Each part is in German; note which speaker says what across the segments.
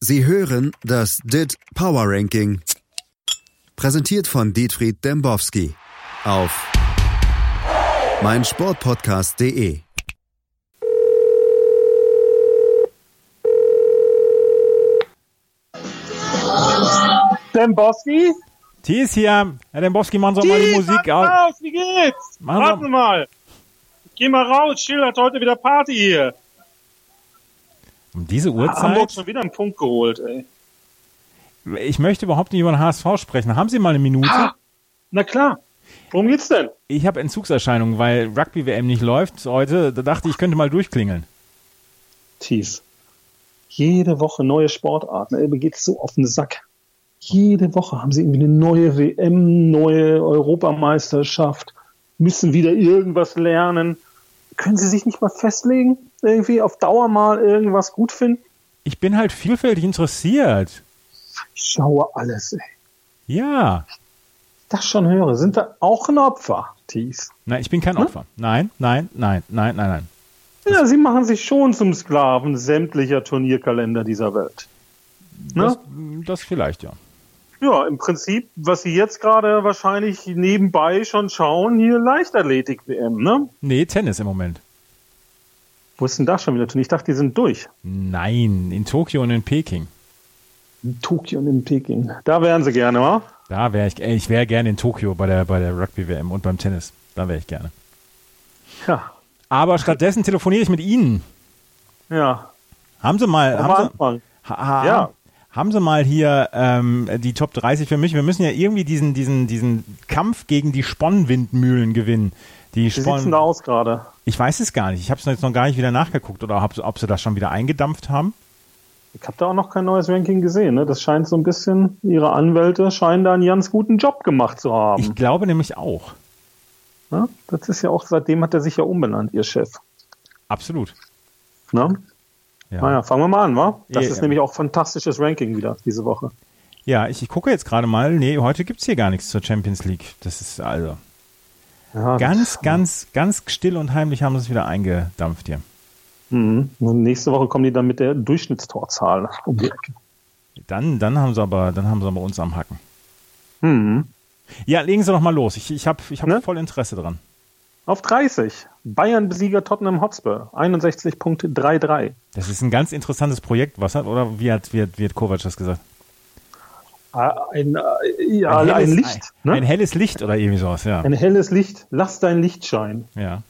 Speaker 1: Sie hören das DIT Power Ranking. Präsentiert von Dietfried Dembowski auf meinsportpodcast.de.
Speaker 2: Dembowski?
Speaker 3: Thies hier. Herr Dembowski, machen Sie doch mal die
Speaker 2: Dies,
Speaker 3: Musik
Speaker 2: Mann,
Speaker 3: aus.
Speaker 2: raus, Wie geht's?
Speaker 3: Mann,
Speaker 2: Warten
Speaker 3: Mann.
Speaker 2: mal. Ich geh mal raus. Schill hat heute wieder Party hier.
Speaker 3: Um diese
Speaker 2: Hamburg
Speaker 3: Uhrzeit?
Speaker 2: schon wieder einen Punkt geholt, ey.
Speaker 3: Ich möchte überhaupt nicht über den HSV sprechen. Haben Sie mal eine Minute?
Speaker 2: Na klar. Worum geht's denn?
Speaker 3: Ich habe Entzugserscheinungen, weil Rugby-WM nicht läuft heute. Da dachte ich, ich könnte mal durchklingeln.
Speaker 2: Thies. Jede Woche neue Sportarten. Ey, mir geht's so auf den Sack. Jede Woche haben sie irgendwie eine neue WM, neue Europameisterschaft, müssen wieder irgendwas lernen. Können sie sich nicht mal festlegen? Irgendwie auf Dauer mal irgendwas gut finden?
Speaker 3: Ich bin halt vielfältig interessiert.
Speaker 2: Ich schaue alles, ey.
Speaker 3: Ja.
Speaker 2: das schon höre, sind da auch ein Opfer, Thies.
Speaker 3: Nein, ich bin kein Opfer. Nein, nein, nein, nein, nein, nein.
Speaker 2: Ja, sie machen sich schon zum Sklaven sämtlicher Turnierkalender dieser Welt. Ne?
Speaker 3: Das, das vielleicht, ja.
Speaker 2: Ja, im Prinzip, was sie jetzt gerade wahrscheinlich nebenbei schon schauen, hier Leichtathletik-WM, ne?
Speaker 3: Nee, Tennis im Moment.
Speaker 2: Wo ist denn da schon wieder Turnier? Ich dachte, die sind durch.
Speaker 3: Nein, in Tokio und in Peking.
Speaker 2: In Tokio und in Peking. Da wären sie gerne, wa?
Speaker 3: Da wäre ich, ey, ich wäre gerne in Tokio bei der, bei der Rugby-WM und beim Tennis. Da wäre ich gerne.
Speaker 2: Ja,
Speaker 3: Aber stattdessen telefoniere ich mit Ihnen.
Speaker 2: ja.
Speaker 3: Haben Sie mal,
Speaker 2: Aber
Speaker 3: haben Sie,
Speaker 2: anfangen.
Speaker 3: ha, ha,
Speaker 2: Ja.
Speaker 3: haben Sie mal hier ähm, die Top 30 für mich? Wir müssen ja irgendwie diesen, diesen, diesen Kampf gegen die Sponnwindmühlen gewinnen. Die
Speaker 2: Wie sieht's denn
Speaker 3: Spon
Speaker 2: da aus gerade?
Speaker 3: ich weiß es gar nicht. Ich habe es jetzt noch gar nicht wieder nachgeguckt oder ob, ob sie das schon wieder eingedampft haben.
Speaker 2: Ich habe da auch noch kein neues Ranking gesehen, ne? Das scheint so ein bisschen, ihre Anwälte scheinen da einen ganz guten Job gemacht zu haben.
Speaker 3: Ich glaube nämlich auch.
Speaker 2: Ne? Das ist ja auch, seitdem hat er sich ja umbenannt, ihr Chef.
Speaker 3: Absolut.
Speaker 2: Ne?
Speaker 3: Ja,
Speaker 2: Naja, fangen wir mal an, wa? Das
Speaker 3: Ja,
Speaker 2: ist
Speaker 3: ja.
Speaker 2: nämlich auch fantastisches Ranking wieder diese Woche.
Speaker 3: ja ich, ich gucke jetzt gerade mal. Nee, heute gibt's hier gar nichts zur Champions League. Das ist also
Speaker 2: Ja,
Speaker 3: ganz, ganz, ganz still und heimlich haben sie es wieder eingedampft hier.
Speaker 2: Mhm. Und nächste Woche kommen die dann mit der Durchschnittstorzahl um die Ecke.
Speaker 3: Dann, dann haben sie aber, dann haben sie aber uns am Hacken.
Speaker 2: Mhm.
Speaker 3: Ja, legen Sie doch mal los. Ich, ich habe ich hab
Speaker 2: Ne?
Speaker 3: voll Interesse dran.
Speaker 2: Auf 30. Bayern Besieger Tottenham Hotspur. 61.33.
Speaker 3: Das ist ein ganz interessantes Projekt, was hat, oder wie hat, wie hat, wie hat Kovac das gesagt?
Speaker 2: Ah, Ein, äh, ja, ein, Licht.
Speaker 3: ein,
Speaker 2: ne?
Speaker 3: ein
Speaker 2: ein,
Speaker 3: helles Licht oder irgendwie sowas, ja.
Speaker 2: helles Licht. Lass dein Licht scheinen.
Speaker 3: ja.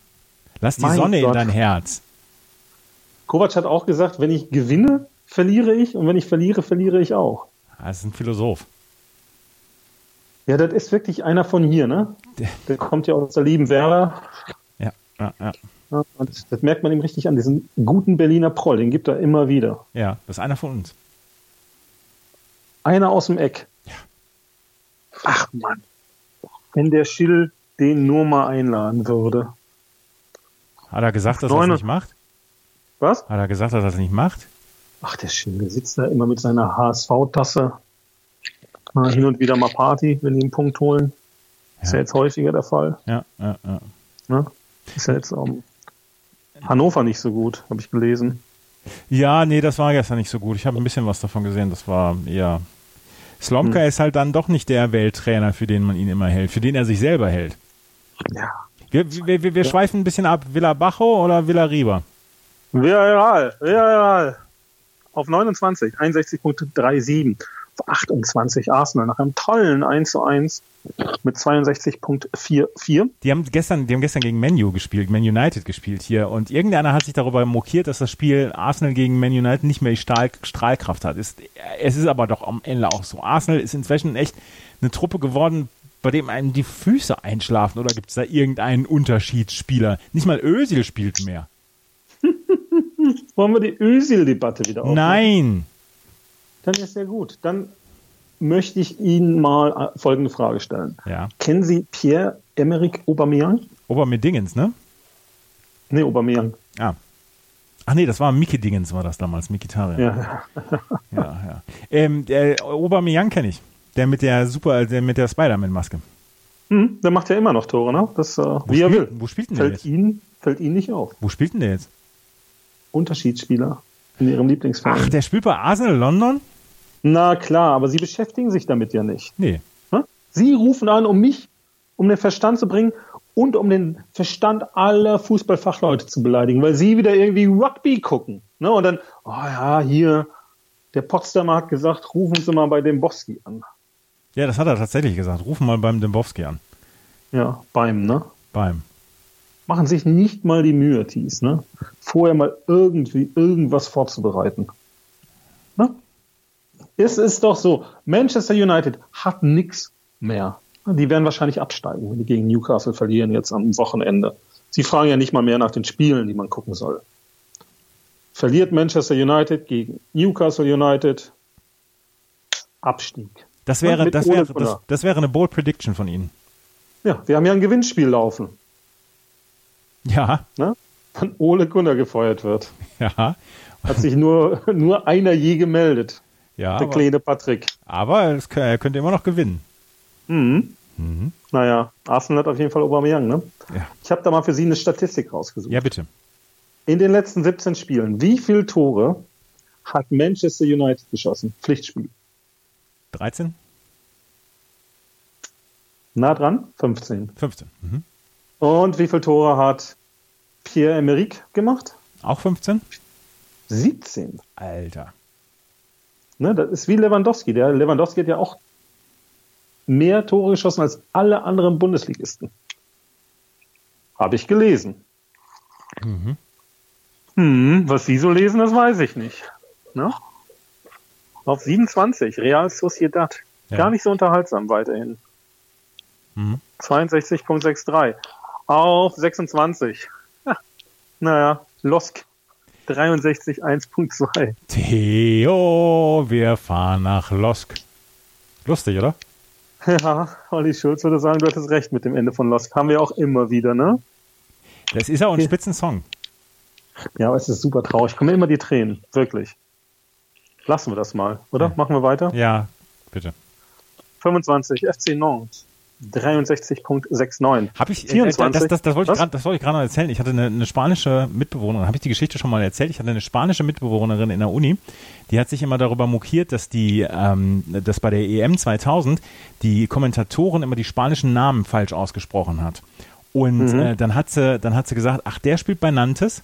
Speaker 3: Lass die
Speaker 2: Mein
Speaker 3: Sonne in
Speaker 2: Gott.
Speaker 3: dein Herz.
Speaker 2: Kovac hat auch gesagt, wenn ich gewinne, verliere ich. Und wenn ich verliere, verliere ich auch.
Speaker 3: Ah, Das ist ein Philosoph.
Speaker 2: Ja, das ist wirklich einer von hier, ne?
Speaker 3: Der-
Speaker 2: Der kommt ja aus der lieben Werder.
Speaker 3: Ja, ja, ja.
Speaker 2: Ja, Und das merkt man ihm richtig an, diesen guten Berliner Proll, den gibt er immer wieder.
Speaker 3: ja das ist einer von uns.
Speaker 2: Einer aus dem Eck. Ach Mann, wenn der Schill den nur mal einladen würde.
Speaker 3: Hat er gesagt, dass er das
Speaker 2: Neune.
Speaker 3: nicht macht?
Speaker 2: Was?
Speaker 3: Hat er gesagt, dass er das nicht macht?
Speaker 2: Ach, der Schill, der sitzt da immer mit seiner HSV-Tasse. Mal Hin und wieder mal Party, wenn die einen Punkt holen. Ist ja jetzt häufiger der Fall.
Speaker 3: Ja, ja, ja.
Speaker 2: Ne? Ist ja jetzt um, Hannover nicht so gut, habe ich gelesen.
Speaker 3: Ja, nee, das war gestern nicht so gut. Ich habe ein bisschen was davon gesehen. Das war eher. Slomka
Speaker 2: Hm.
Speaker 3: ist halt dann doch nicht der Welttrainer, für den man ihn immer hält, für den er sich selber hält.
Speaker 2: Ja.
Speaker 3: Wir, wir, wir, wir schweifen ein bisschen ab. Villa Bajo oder Villa Riba?
Speaker 2: Villarreal, Villarreal. Auf 29, 61.37. Auf 28 Arsenal nach einem tollen 1 zu 1 mit 62.44.
Speaker 3: Die haben gestern, die haben gestern gegen Menu gespielt, Man United gespielt hier. Und irgendeiner hat sich darüber mokiert, dass das Spiel Arsenal gegen Man United nicht mehr die Stahl, Strahlkraft hat. Ist, es ist aber doch am Ende auch so. Arsenal ist inzwischen echt eine Truppe geworden, bei dem einem die Füße einschlafen. Oder gibt es da irgendeinen Unterschiedsspieler? Nicht mal Özil spielt mehr.
Speaker 2: Wollen wir die Özil-Debatte wieder aufnehmen?
Speaker 3: Nein!
Speaker 2: Dann ist ja gut. Dann möchte ich Ihnen mal äh, folgende Frage stellen.
Speaker 3: Ja.
Speaker 2: Kennen Sie Pierre-Emerick Aubameyang?
Speaker 3: Ober mit Dingens, ne?
Speaker 2: Nee, Aubameyang.
Speaker 3: Ja. Ach nee, das war Mickey Dingens, war das damals, Mikitarian.
Speaker 2: Ja.
Speaker 3: Ja, ja. Ähm, der Aubameyang kenne ich. Der mit der Super, der mit der Spider-Man-Maske.
Speaker 2: Hm, der macht ja immer noch Tore, ne? Das, äh, wie er
Speaker 3: spielt-
Speaker 2: will.
Speaker 3: wo spielt denn der
Speaker 2: fällt
Speaker 3: jetzt?
Speaker 2: Ihnen, fällt Ihnen nicht auf.
Speaker 3: Wo spielt denn der jetzt?
Speaker 2: Unterschiedsspieler. in ihrem Lieblingsverein.
Speaker 3: Ach, der spielt bei Arsenal London?
Speaker 2: Na klar, aber sie beschäftigen sich damit ja nicht.
Speaker 3: Nee.
Speaker 2: Ne? Sie rufen an, um mich, um den Verstand zu bringen und um den Verstand aller Fußballfachleute zu beleidigen, weil sie wieder irgendwie Rugby gucken. Ne? Und dann, oh ja, hier, der Potsdamer hat gesagt, rufen Sie mal bei dem Boski an.
Speaker 3: Ja, das hat er tatsächlich gesagt. Ruf mal beim Dembowski an.
Speaker 2: Ja, beim, ne?
Speaker 3: Beim.
Speaker 2: Machen sich nicht mal die Mühe, Thies, ne? Vorher mal irgendwie irgendwas vorzubereiten. Ne? Es ist doch so, Manchester United hat nichts mehr. Die werden wahrscheinlich absteigen, wenn die gegen Newcastle verlieren jetzt am Wochenende. Sie fragen ja nicht mal mehr nach den Spielen, die man gucken soll. Verliert Manchester United gegen Newcastle United Abstieg.
Speaker 3: Das
Speaker 2: Und
Speaker 3: wäre,
Speaker 2: mit
Speaker 3: das,
Speaker 2: Ole
Speaker 3: wäre,
Speaker 2: Gunnar.
Speaker 3: das, das wäre eine Bold Prediction von Ihnen.
Speaker 2: Ja, wir haben ja ein Gewinnspiel laufen,
Speaker 3: Ja,
Speaker 2: ne? Wenn Ole Gunnar gefeuert wird.
Speaker 3: ja,
Speaker 2: Hat sich nur, nur einer je gemeldet,
Speaker 3: ja.
Speaker 2: der
Speaker 3: Aber,
Speaker 2: kleine Patrick.
Speaker 3: aber es, kö- er könnte immer noch gewinnen.
Speaker 2: Mhm. Naja, Arsenal hat auf jeden Fall Aubameyang, ne?
Speaker 3: Ja,
Speaker 2: Ich habe da mal für Sie eine Statistik rausgesucht.
Speaker 3: ja bitte.
Speaker 2: In den letzten 17 Spielen, wie viele Tore hat Manchester United geschossen? Pflichtspiel.
Speaker 3: 13,
Speaker 2: Nah dran, 15.
Speaker 3: 15. Mhm.
Speaker 2: Und wie viele Tore hat Pierre-Emerick gemacht?
Speaker 3: Auch 15?
Speaker 2: 17.
Speaker 3: Alter.
Speaker 2: Ne, das ist wie Lewandowski. Der Lewandowski hat ja auch mehr Tore geschossen als alle anderen Bundesligisten. Habe ich gelesen. Hm, was Sie so lesen, das weiß ich nicht. Ne? Auf 27, Real Sociedad.
Speaker 3: Ja.
Speaker 2: Gar nicht so unterhaltsam weiterhin.
Speaker 3: Mhm.
Speaker 2: 62,63. Auf 26. Ha, naja, Losk. 63, 1,2.
Speaker 3: Theo, wir fahren nach Losk. Lustig, oder?
Speaker 2: Ja, Olli Schulz würde sagen, du hattest recht mit dem Ende von Lost. Haben wir auch immer wieder, ne?
Speaker 3: Das ist ja auch ein
Speaker 2: Ja.
Speaker 3: Spitzensong.
Speaker 2: Ja, aber es ist super traurig. Kommen mir immer die Tränen, wirklich. Lassen wir das mal, oder? Machen wir weiter.
Speaker 3: Ja, bitte.
Speaker 2: 25, FC Nantes. 63.69.
Speaker 3: Habe ich, äh,
Speaker 2: 24?
Speaker 3: das, das, das wollte ich
Speaker 2: Was?
Speaker 3: grad- das wollte ich gerade noch erzählen. Ich hatte eine, eine spanische Mitbewohnerin, habe ich die Geschichte schon mal erzählt? Ich hatte eine spanische Mitbewohnerin in der Uni, die hat sich immer darüber mokiert, dass die, ähm, dass bei der EM 2000 die Kommentatoren immer die spanischen Namen falsch ausgesprochen hat. Und äh, dann hat sie, dann hat sie gesagt, ach, der spielt bei Nantes.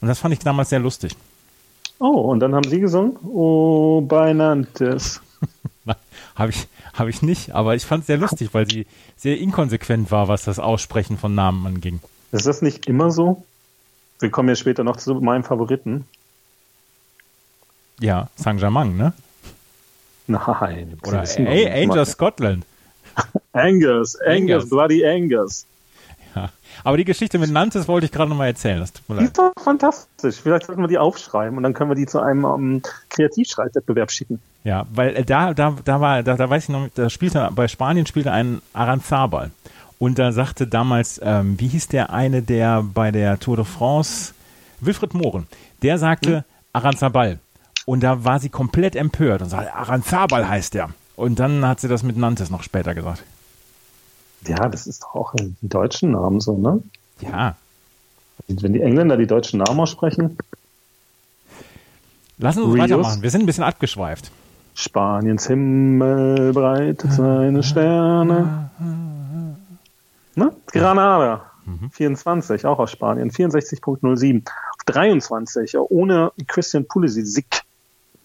Speaker 3: Und das fand ich damals sehr lustig.
Speaker 2: Oh, und dann haben Sie gesungen? Oh, Beinantes.
Speaker 3: Habe ich, habe ich nicht, aber ich fand es sehr lustig, weil sie sehr inkonsequent war, was das Aussprechen von Namen anging.
Speaker 2: Ist das nicht immer so? Wir kommen ja später noch zu meinem Favoriten.
Speaker 3: Ja, Saint-Germain, ne?
Speaker 2: Nein.
Speaker 3: Oder
Speaker 2: Sie wissen,
Speaker 3: Ey,
Speaker 2: warum ich
Speaker 3: Angel
Speaker 2: mache.
Speaker 3: Scotland.
Speaker 2: Angus,
Speaker 3: Angus.
Speaker 2: Angus, bloody Angus.
Speaker 3: Ja. Aber die Geschichte mit Nantes wollte ich gerade nochmal erzählen. Das tut mir
Speaker 2: Die
Speaker 3: leid.
Speaker 2: ist doch fantastisch. Vielleicht sollten wir die aufschreiben und dann können wir die zu einem ähm, Kreativschreibwettbewerb schicken.
Speaker 3: Ja, weil äh, da, da, da war, da, da weiß ich noch, da spielte, bei Spanien spielte ein Aranzabal. Und da sagte damals, ähm, wie hieß der eine, der bei der Tour de France, Wilfried Mohren, der sagte Aranzabal. Und da war sie komplett empört und sagte, Aranzabal heißt der. Und dann hat sie das mit Nantes noch später gesagt.
Speaker 2: Ja, das ist doch auch im deutschen Namen so, ne?
Speaker 3: Ja,
Speaker 2: Wenn die Engländer die deutschen Namen aussprechen,
Speaker 3: lassen Sie uns
Speaker 2: Rios?
Speaker 3: weitermachen. Wir sind ein bisschen abgeschweift.
Speaker 2: Spaniens Himmel breitet seine Sterne. Ne? Granada, 24, auch aus Spanien, 64.07. Auf 23, ohne Christian Pulisic,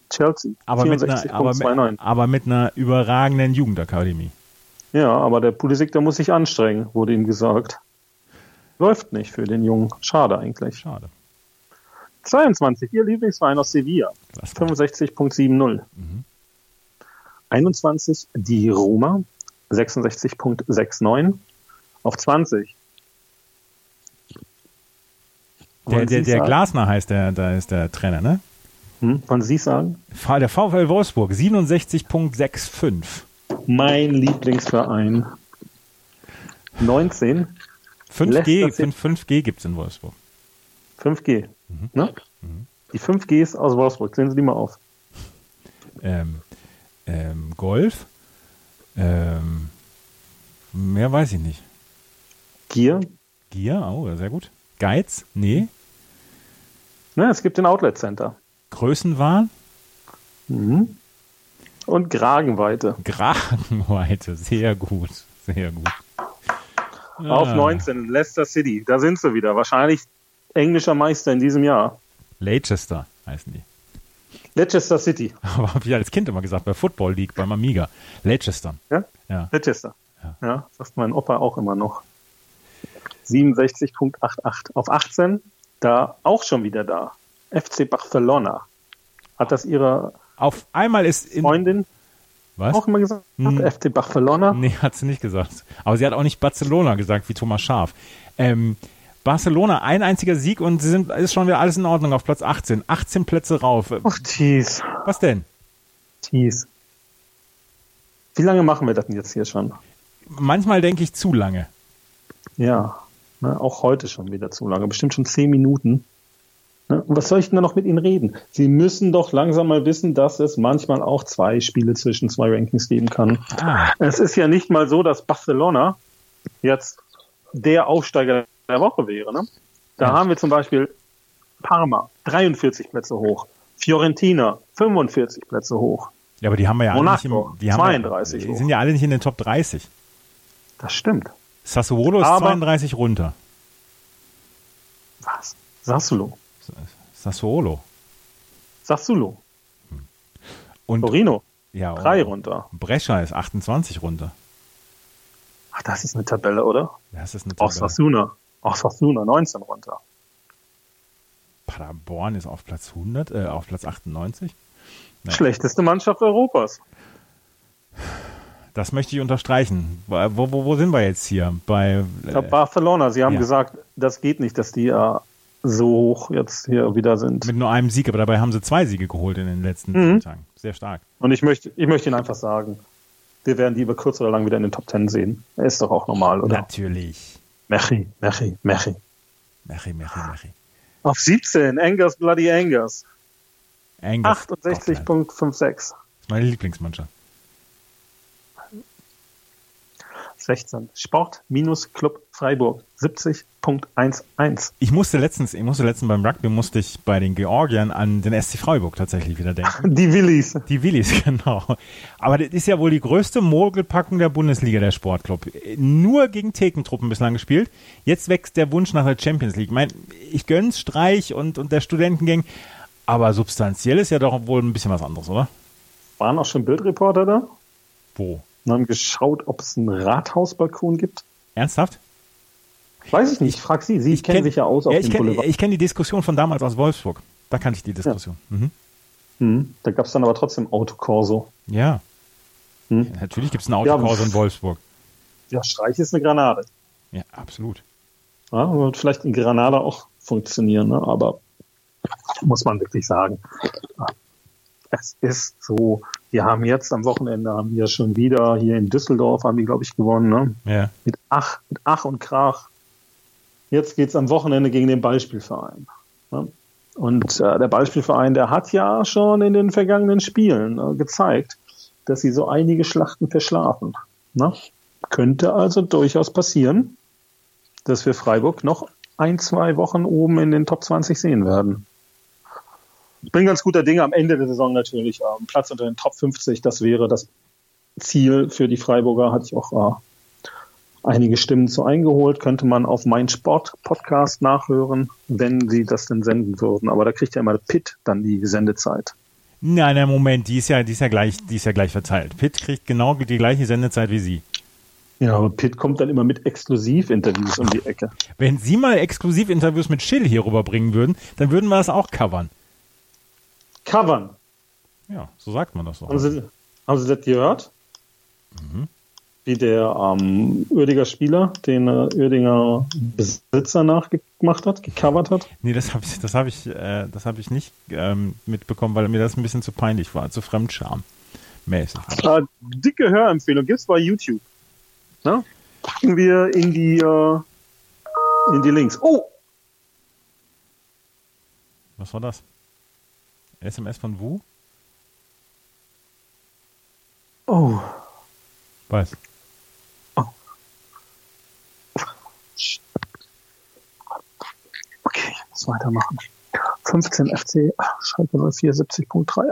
Speaker 2: Chelsea,
Speaker 3: Aber mit, einer, aber, mit,
Speaker 2: 64.29.
Speaker 3: aber mit einer überragenden Jugendakademie.
Speaker 2: Ja, aber der Pulisic, der muss sich anstrengen, wurde ihm gesagt. Läuft nicht für den Jungen. Schade eigentlich.
Speaker 3: Schade.
Speaker 2: 22, ihr Lieblingsverein aus Sevilla.
Speaker 3: Lass mal.
Speaker 2: 65.70.
Speaker 3: Mhm.
Speaker 2: 21, die Roma. 66.69. Auf 20.
Speaker 3: Der,
Speaker 2: Wollen
Speaker 3: der,
Speaker 2: Sie
Speaker 3: der
Speaker 2: sagen?
Speaker 3: Glasner heißt der, da ist der Trainer, ne?
Speaker 2: Hm, wollen Sie sagen?
Speaker 3: V- Der VfL Wolfsburg 67.65.
Speaker 2: Mein Lieblingsverein. 19,
Speaker 3: 5G,
Speaker 2: Leicester
Speaker 3: 5, 5G gibt es in Wolfsburg.
Speaker 2: 5G.
Speaker 3: Mhm.
Speaker 2: Ne? Die 5Gs aus Wolfsburg, sehen Sie die mal auf.
Speaker 3: Ähm, ähm, Golf. Ähm, mehr weiß ich nicht.
Speaker 2: Gier.
Speaker 3: Gier, oh, sehr gut. Geiz? Nee.
Speaker 2: Ne, es gibt den Outlet Center.
Speaker 3: Größenwahn?
Speaker 2: Mhm. Und Kragenweite.
Speaker 3: Kragenweite, sehr gut, sehr gut.
Speaker 2: Auf
Speaker 3: Ah,
Speaker 2: 19, Leicester City. Da sind sie wieder. Wahrscheinlich englischer Meister in diesem Jahr.
Speaker 3: Leicester heißen die.
Speaker 2: Leicester City.
Speaker 3: Aber habe ich als Kind immer gesagt, bei Football League, beim Amiga. Leicester.
Speaker 2: Ja?
Speaker 3: Ja.
Speaker 2: Leicester. Ja. sagt mein Opa auch immer noch. 67.88 auf 18. Da auch schon wieder da. FC Barcelona. Hat das ihre
Speaker 3: Auf einmal ist in.
Speaker 2: Freundin
Speaker 3: was? Hm.
Speaker 2: auch immer gesagt? FC Barcelona.
Speaker 3: Nee, hat sie nicht gesagt. Aber sie hat auch nicht Barcelona gesagt, wie Thomas Schaf. Ähm, Barcelona, ein einziger Sieg und sie sind, ist schon wieder alles in Ordnung auf Platz 18. 18 Plätze rauf. Äh,
Speaker 2: Ach, Thies.
Speaker 3: Was denn?
Speaker 2: Thies. Wie lange machen wir das denn jetzt hier schon?
Speaker 3: Manchmal denke ich zu lange.
Speaker 2: Ja, ne, auch heute schon wieder zu lange, bestimmt schon zehn Minuten. Ne, und was soll ich denn da noch mit Ihnen reden? Sie müssen doch langsam mal wissen, dass es manchmal auch zwei Spiele zwischen zwei Rankings geben kann.
Speaker 3: Ah,
Speaker 2: Es ist ja nicht mal so, dass Barcelona jetzt der Aufsteiger der Woche wäre. Ne? Da
Speaker 3: Ja.
Speaker 2: haben wir zum Beispiel Parma, 43 Plätze hoch. Fiorentina, 45 Plätze hoch.
Speaker 3: ja, aber die haben wir ja alle nicht
Speaker 2: Monaco,
Speaker 3: im, die haben
Speaker 2: 32
Speaker 3: Ja,
Speaker 2: hoch.
Speaker 3: die sind ja alle nicht in den Top 30.
Speaker 2: Das stimmt.
Speaker 3: Sassuolo ist
Speaker 2: Aber-
Speaker 3: 32 runter.
Speaker 2: Was? Sassuolo.
Speaker 3: Sassuolo.
Speaker 2: Sassuolo.
Speaker 3: Und
Speaker 2: Torino,
Speaker 3: ja,
Speaker 2: drei
Speaker 3: oh,
Speaker 2: runter.
Speaker 3: Brescia ist 28 runter.
Speaker 2: Ach, das ist eine Tabelle, oder?
Speaker 3: Das ist eine
Speaker 2: Auch
Speaker 3: Tabelle.
Speaker 2: Sassuna. Auch Sassuna, 19 runter.
Speaker 3: Paderborn ist auf Platz 100, äh, auf Platz 98. Ja.
Speaker 2: Schlechteste Mannschaft Europas.
Speaker 3: Das möchte ich unterstreichen. Wo, wo, wo sind wir jetzt hier? Bei äh,
Speaker 2: Ich glaub, Barcelona, sie haben
Speaker 3: ja.
Speaker 2: gesagt, das geht nicht, dass die äh, so hoch jetzt hier wieder sind.
Speaker 3: mit nur einem Sieg, aber dabei haben sie zwei Siege geholt in den letzten zehn Tagen. Sehr stark.
Speaker 2: Und ich möchte, ich möchte Ihnen einfach sagen, wir werden die über kurz oder lang wieder in den Top Ten sehen. Er ist doch auch normal, oder?
Speaker 3: Natürlich.
Speaker 2: Mechi, Mechi, Mechi.
Speaker 3: Machi, Machi, Machi.
Speaker 2: Auf 17, Engers, Bloody Engers.
Speaker 3: Angus Scotland.
Speaker 2: 68.56.
Speaker 3: Das ist meine Lieblingsmannschaft.
Speaker 2: 16. Sport minus Club Freiburg, 70.11.
Speaker 3: Ich musste letztens, ich musste letztens beim Rugby musste ich bei den Georgiern an den SC Freiburg tatsächlich wieder denken.
Speaker 2: Die Willis.
Speaker 3: Die Willis, genau. Aber das ist ja wohl die größte Mogelpackung der Bundesliga, der Sportclub. Nur gegen Thekentruppen bislang gespielt. Jetzt wächst der Wunsch nach der Champions League. Ich meine, ich gönn's Streich und, und der Studentengang. Aber substanziell ist ja doch wohl ein bisschen was anderes, oder?
Speaker 2: Waren auch schon Bildreporter da?
Speaker 3: Wo?
Speaker 2: und haben geschaut, ob es einen Rathausbalkon gibt.
Speaker 3: Ernsthaft?
Speaker 2: Weiß ich nicht, ich frage Sie. Sie kennen sich ja aus auf
Speaker 3: ja,
Speaker 2: dem
Speaker 3: ich kenn,
Speaker 2: Boulevard.
Speaker 3: Ich kenne die Diskussion von damals aus Wolfsburg. Da kannte ich die Diskussion. Ja. Mhm.
Speaker 2: Hm, da gab es dann aber trotzdem Autokorso.
Speaker 3: ja.
Speaker 2: Hm.
Speaker 3: Natürlich gibt's einen Autokorso
Speaker 2: Ja.
Speaker 3: in Wolfsburg.
Speaker 2: Ja, Streich ist eine Granate.
Speaker 3: Ja, absolut.
Speaker 2: Ja, wird vielleicht in Granada auch funktionieren, ne? aber muss man wirklich sagen. Es ist so, wir haben jetzt am Wochenende haben wir schon wieder hier in Düsseldorf, haben die, glaube ich, gewonnen, ne?
Speaker 3: Ja.
Speaker 2: Mit Ach, mit Ach und Krach. Jetzt geht's am Wochenende gegen den Ballspielverein. Ne? Und äh, der Ballspielverein, der hat ja schon in den vergangenen Spielen äh, gezeigt, dass sie so einige Schlachten verschlafen. Ne? Könnte also durchaus passieren, dass wir Freiburg noch ein, zwei Wochen oben in den Top 20 sehen werden. Ich bin ganz guter Dinge am Ende der Saison natürlich. Ähm, Platz unter den Top 50, das wäre das Ziel für die Freiburger, hatte ich auch äh, einige Stimmen zu eingeholt, könnte man auf mein Sport Podcast nachhören, wenn sie das denn senden würden. Aber da kriegt ja immer Pitt dann die Sendezeit.
Speaker 3: Nein, nein, Moment, die ist ja, die ist ja gleich, die ist ja gleich verteilt. Pitt kriegt genau die gleiche Sendezeit wie sie.
Speaker 2: Ja, aber Pitt kommt dann immer mit Exklusivinterviews um die Ecke.
Speaker 3: Wenn Sie mal Exklusivinterviews mit Schill hier rüberbringen würden, dann würden wir das auch covern.
Speaker 2: Covern.
Speaker 3: Ja, so sagt man das doch.
Speaker 2: Haben Sie, haben sie das gehört? Wie der ähm, Uerdinger Spieler den äh, Uerdinger Besitzer nachgemacht hat, gecovert hat?
Speaker 3: nee, das habe ich, das habe ich, äh, das habe ich nicht ähm, mitbekommen, weil mir das ein bisschen zu peinlich war, zu Fremdscham. Mäßig.
Speaker 2: Äh, dicke Hörempfehlung gibt's bei YouTube. Ne? Packen wir in die, äh, in die Links. Oh,
Speaker 3: Was war das? SMS von Wu?
Speaker 2: Oh.
Speaker 3: Weiß.
Speaker 2: Okay, ich muss weitermachen. 15 FC, ach, Schalke 04, 70.3,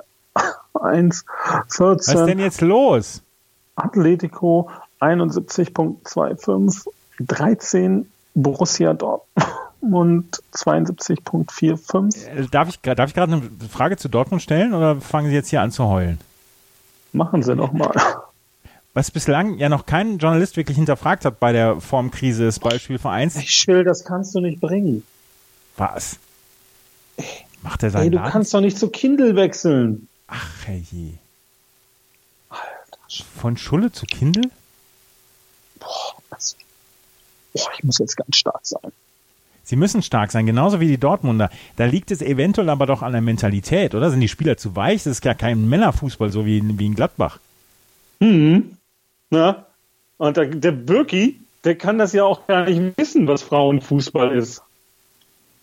Speaker 2: 1,
Speaker 3: Was ist
Speaker 2: 14,
Speaker 3: denn jetzt los?
Speaker 2: Atletico 71.25, 13, Borussia Dortmund 72.45.
Speaker 3: Äh, Darf ich, gra- darf ich gerade eine Frage zu Dortmund stellen oder fangen Sie jetzt hier an zu heulen?
Speaker 2: Machen Sie noch mal.
Speaker 3: Was bislang ja noch kein Journalist wirklich hinterfragt hat bei der Formkrise des Beispielvereins.
Speaker 2: Schill, das kannst du nicht bringen.
Speaker 3: Was? Macht er
Speaker 2: Ey,
Speaker 3: seinen
Speaker 2: du
Speaker 3: Laden?
Speaker 2: kannst doch nicht zu Kindle wechseln.
Speaker 3: Ach, herrje. Von Schulle zu Kindle?
Speaker 2: Boah, das, boah, ich muss jetzt ganz stark sein.
Speaker 3: Sie müssen stark sein, genauso wie die Dortmunder. Da liegt es eventuell aber doch an der Mentalität, oder? Sind die Spieler zu weich? Das ist ja kein Männerfußball, so wie in, wie in Gladbach.
Speaker 2: Mhm. Na? Und der, der Birki, der kann das ja auch gar nicht wissen, was Frauenfußball ist,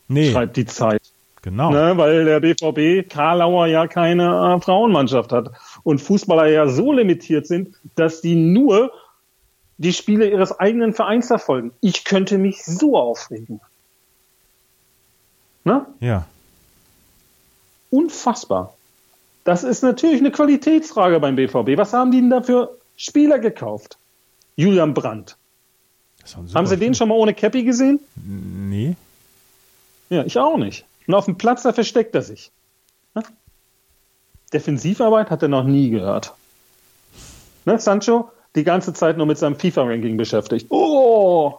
Speaker 3: Nee,
Speaker 2: schreibt die Zeit.
Speaker 3: genau.
Speaker 2: Ne? Weil der BVB Karlauer ja keine äh, Frauenmannschaft hat und Fußballer ja so limitiert sind, dass die nur die Spiele ihres eigenen Vereins verfolgen. Ich könnte mich so aufregen. Ne?
Speaker 3: Ja.
Speaker 2: unfassbar. Das ist natürlich eine Qualitätsfrage beim BVB. Was haben die denn da für Spieler gekauft? Julian Brandt.
Speaker 3: Das ist doch ein
Speaker 2: haben Sie
Speaker 3: super
Speaker 2: den schon mal ohne Cappy gesehen?
Speaker 3: Spiel. Nee.
Speaker 2: Ja, ich auch nicht. Und auf dem Platz, da versteckt er sich. Ne? Defensivarbeit hat er noch nie gehört. Ne, Sancho, die ganze Zeit nur mit seinem FIFA-Ranking beschäftigt. Oh,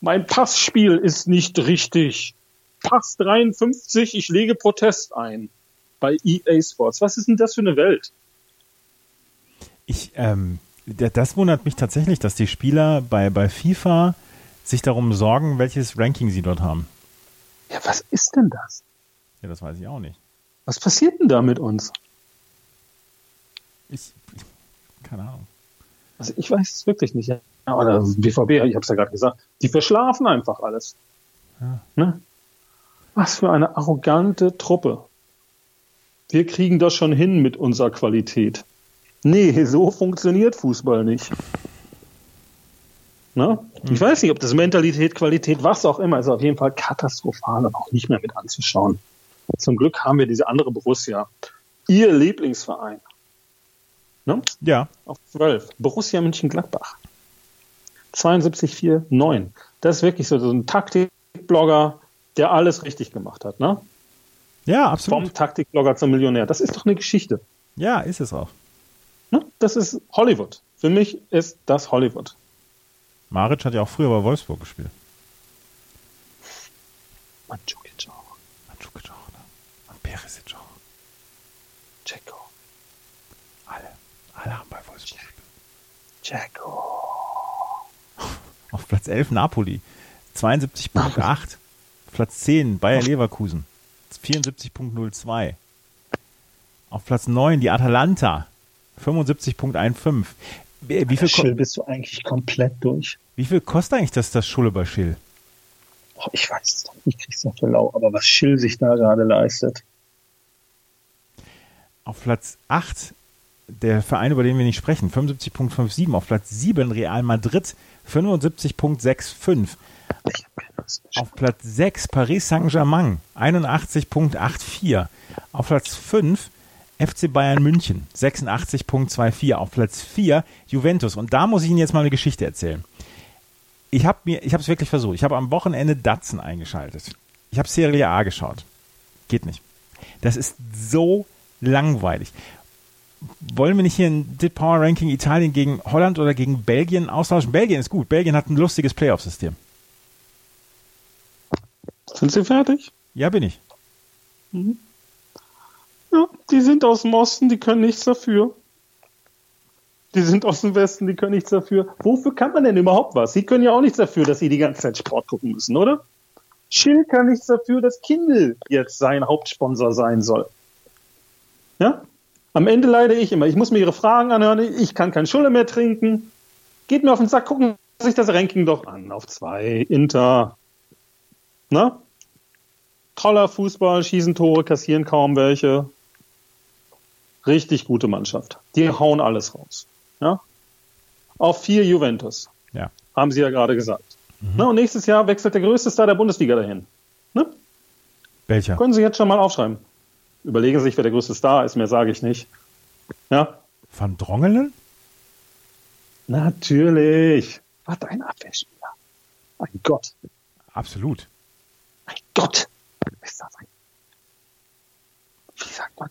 Speaker 2: mein Passspiel ist nicht richtig. Pass 53, ich lege Protest ein. Bei EA Sports. Was ist denn das für eine Welt?
Speaker 3: Ich, ähm, da- das wundert mich tatsächlich, dass die Spieler bei, bei FIFA sich darum sorgen, welches Ranking sie dort haben.
Speaker 2: Ja, was ist denn das?
Speaker 3: Ja, das weiß ich auch nicht.
Speaker 2: Was passiert denn da mit uns?
Speaker 3: Ich, ich keine Ahnung.
Speaker 2: Also ich weiß es wirklich nicht. Ja, oder BVB, ich habe es ja gerade gesagt, die verschlafen einfach alles. Ne? Was für eine arrogante Truppe. Wir kriegen das schon hin mit unserer Qualität. Nee, so funktioniert Fußball nicht. Ne? Ich weiß nicht, ob das Mentalität, Qualität, was auch immer, ist auf jeden Fall katastrophal und auch nicht mehr mit anzuschauen. Zum Glück haben wir diese andere Borussia. Ihr Lieblingsverein. Ne?
Speaker 3: Ja,
Speaker 2: auf 12. Borussia Mönchengladbach. 72,49. Das ist wirklich so, so ein Taktikblogger, der alles richtig gemacht hat. Ne?
Speaker 3: ja, absolut.
Speaker 2: Vom Taktikblogger zum Millionär. Das ist doch eine Geschichte.
Speaker 3: Ja, ist es auch.
Speaker 2: Ne? Das ist Hollywood. Für mich ist das Hollywood.
Speaker 3: Maric hat ja auch früher bei Wolfsburg gespielt.
Speaker 2: Mandzukic auch.
Speaker 3: Mandzukic auch, ne? Und Perisic auch.
Speaker 2: Dzeko.
Speaker 3: Alle. Alle haben bei Wolfsburg gespielt.
Speaker 2: Dzeko.
Speaker 3: Auf Platz 11 Napoli. 72.8. Platz 10 Bayer Leverkusen. 74.02. Auf Platz 9 die Atalanta. 75.15. Wie wie viel, ko-
Speaker 2: bist du eigentlich komplett durch?
Speaker 3: wie viel kostet eigentlich das, das Schulle bei Schill?
Speaker 2: Oh, ich weiß es doch nicht, ich krieg's noch für lau, aber was Schill sich da gerade leistet.
Speaker 3: Auf Platz 8 der Verein, über den wir nicht sprechen, 75.57. Auf Platz 7 Real Madrid, 75.65.
Speaker 2: Ich hab keine Lust.
Speaker 3: Auf Platz 6 Paris Saint-Germain, 81.84. Auf Platz 5 FC Bayern München, 86.24. Auf Platz 4 Juventus. Und da muss ich Ihnen jetzt mal eine Geschichte erzählen. Ich habe mir, ich habe es wirklich versucht. Ich habe am Wochenende Datsen eingeschaltet. Ich habe Serie A geschaut. Geht nicht. Das ist so langweilig. Wollen wir nicht hier ein Dit Power Ranking Italien gegen Holland oder gegen Belgien austauschen? Belgien ist gut. Belgien hat ein lustiges Playoff-System.
Speaker 2: Sind Sie fertig?
Speaker 3: Ja, bin ich.
Speaker 2: Ja, die sind aus dem Osten, die können nichts dafür. Die sind aus dem Westen, die können nichts dafür. Wofür kann man denn überhaupt was? Sie können ja auch nichts dafür, dass sie die ganze Zeit Sport gucken müssen, oder? Schill kann nichts dafür, dass Kindle jetzt sein Hauptsponsor sein soll. Ja? Am Ende leide ich immer. Ich muss mir ihre Fragen anhören. Ich kann kein Schulle mehr trinken. Geht mir auf den Sack, gucken Sie sich das Ranking doch an. Auf zwei, Inter. Na? Toller Fußball, schießen Tore, kassieren kaum welche richtig gute Mannschaft. Die hauen alles raus. Ja? Auf vier Juventus,
Speaker 3: Ja.
Speaker 2: haben sie ja gerade gesagt. Na, und nächstes Jahr wechselt der größte Star der Bundesliga dahin. Ne?
Speaker 3: Welcher?
Speaker 2: Können Sie jetzt schon mal aufschreiben. Überlegen Sie sich, wer der größte Star ist, mehr sage ich nicht. Ja?
Speaker 3: Van Drongelen?
Speaker 2: Natürlich. Warte, ein Abwehrspieler. Ein Gott.
Speaker 3: Absolut.
Speaker 2: Mein Gott. Ist das ein. Wie sagt man?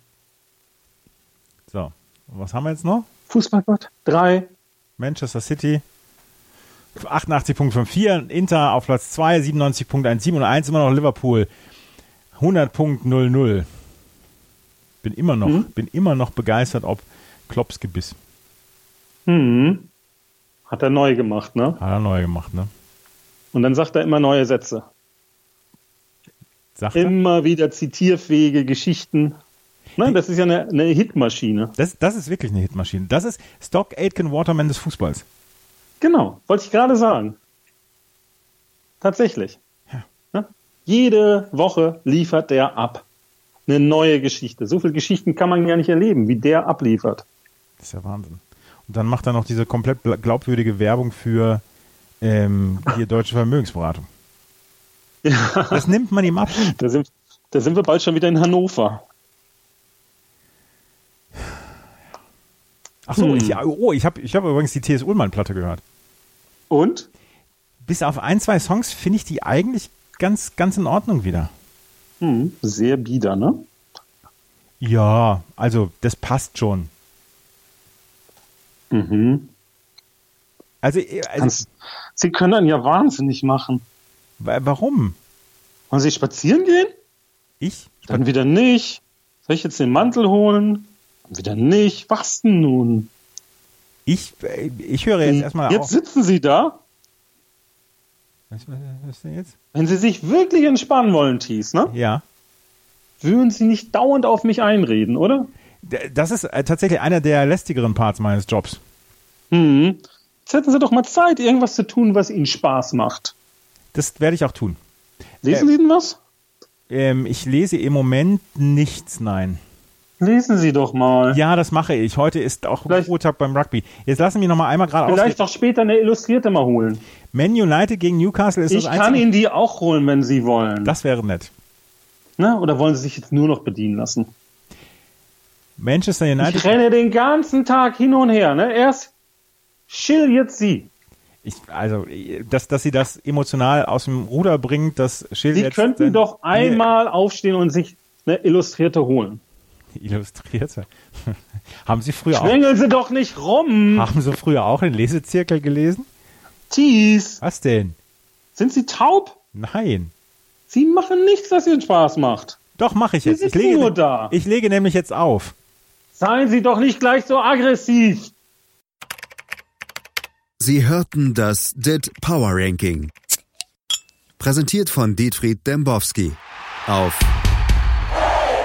Speaker 3: So. Und was haben wir jetzt noch?
Speaker 2: Fußballgott? Drei.
Speaker 3: Manchester City. 88.54, Inter auf Platz 2, 97.17 und 1 immer noch Liverpool. 100.00. Bin immer noch,
Speaker 2: Mhm.
Speaker 3: bin immer noch begeistert, ob Klopps Gebiss.
Speaker 2: Hm. Hat er neu gemacht, ne?
Speaker 3: Hat er neu gemacht, ne?
Speaker 2: Und dann sagt er immer neue Sätze.
Speaker 3: Sagt er?
Speaker 2: Immer wieder zitierfähige Geschichten. Nein, das ist ja eine, eine Hitmaschine.
Speaker 3: Das, das ist wirklich eine Hitmaschine. Das ist Stock Aitken Waterman des Fußballs.
Speaker 2: Genau, wollte ich gerade sagen. Tatsächlich.
Speaker 3: Ja.
Speaker 2: Ne? Jede Woche liefert der ab. Eine neue Geschichte. So viele Geschichten kann man ja nicht erleben, wie der abliefert.
Speaker 3: Das ist ja Wahnsinn. Und dann macht er noch diese komplett bla- glaubwürdige Werbung für ähm, die deutsche Vermögensberatung. Das nimmt man ihm ab.
Speaker 2: Da sind, da sind wir bald schon wieder in Hannover.
Speaker 3: Ach so,
Speaker 2: Hm.
Speaker 3: ich, oh, ich habe ich hab übrigens die T.S. Ullmann-Platte gehört.
Speaker 2: Und?
Speaker 3: Bis auf ein, zwei Songs finde ich die eigentlich ganz, ganz in Ordnung wieder.
Speaker 2: Hm, sehr bieder, ne?
Speaker 3: Ja, also das passt schon.
Speaker 2: Mhm.
Speaker 3: Also, äh, also
Speaker 2: Kannst, Sie können dann ja wahnsinnig machen.
Speaker 3: wa- warum?
Speaker 2: Wollen Sie spazieren gehen?
Speaker 3: Ich?
Speaker 2: Dann wieder nicht. Soll ich jetzt den Mantel holen? Wieder nicht. Was denn nun? Hm,
Speaker 3: Ich, äh, ich höre jetzt erstmal
Speaker 2: jetzt
Speaker 3: auf.
Speaker 2: sitzen Sie da
Speaker 3: Was, was, was denn jetzt?
Speaker 2: Wenn Sie sich wirklich entspannen wollen, Thies, ne?
Speaker 3: Ja.
Speaker 2: Würden Sie nicht dauernd auf mich einreden, oder?
Speaker 3: D- Das ist äh, tatsächlich einer der lästigeren Parts meines Jobs. Mhm.
Speaker 2: Hm. Jetzt hätten Sie doch mal Zeit, irgendwas zu tun, was Ihnen Spaß macht.
Speaker 3: Das werde ich auch tun.
Speaker 2: Lesen Sie denn was?
Speaker 3: Ähm, ich lese im Moment nichts, nein.
Speaker 2: Lesen Sie doch mal.
Speaker 3: Ja, das mache ich. Heute ist auch
Speaker 2: Vielleicht-
Speaker 3: Ruhetag beim Rugby. Jetzt lassen wir noch mal einmal gerade
Speaker 2: Vielleicht
Speaker 3: aus.
Speaker 2: doch später eine Illustrierte mal holen.
Speaker 3: Man United gegen Newcastle ist
Speaker 2: Ich
Speaker 3: das
Speaker 2: kann
Speaker 3: einzige.
Speaker 2: Ihnen die auch holen, wenn Sie wollen.
Speaker 3: das wäre nett.
Speaker 2: Ne? Oder wollen Sie sich jetzt nur noch bedienen lassen?
Speaker 3: Manchester United.
Speaker 2: Ich renne den ganzen Tag hin und her. Ne? Erst chill jetzt Sie.
Speaker 3: Ich, also, dass, dass sie das emotional aus dem Ruder bringt, das Schild
Speaker 2: Sie
Speaker 3: jetzt
Speaker 2: könnten
Speaker 3: dann-
Speaker 2: doch einmal aufstehen und sich eine Illustrierte holen.
Speaker 3: Nee, Illustrierte. haben Sie früher auch,
Speaker 2: Schlängeln Sie doch nicht rum.
Speaker 3: haben Sie früher auch den Lesezirkel gelesen?
Speaker 2: Thies.
Speaker 3: Was denn?
Speaker 2: Sind Sie taub?
Speaker 3: Nein.
Speaker 2: Sie machen nichts, was Ihnen Spaß macht.
Speaker 3: Doch, mache ich
Speaker 2: Sie
Speaker 3: jetzt. Ich
Speaker 2: sitzen
Speaker 3: lege,
Speaker 2: nur da.
Speaker 3: ich lege nämlich jetzt auf.
Speaker 2: Seien Sie doch nicht gleich so aggressiv.
Speaker 1: Sie hörten das DIT Power Ranking. Präsentiert von Dietfried Dembowski auf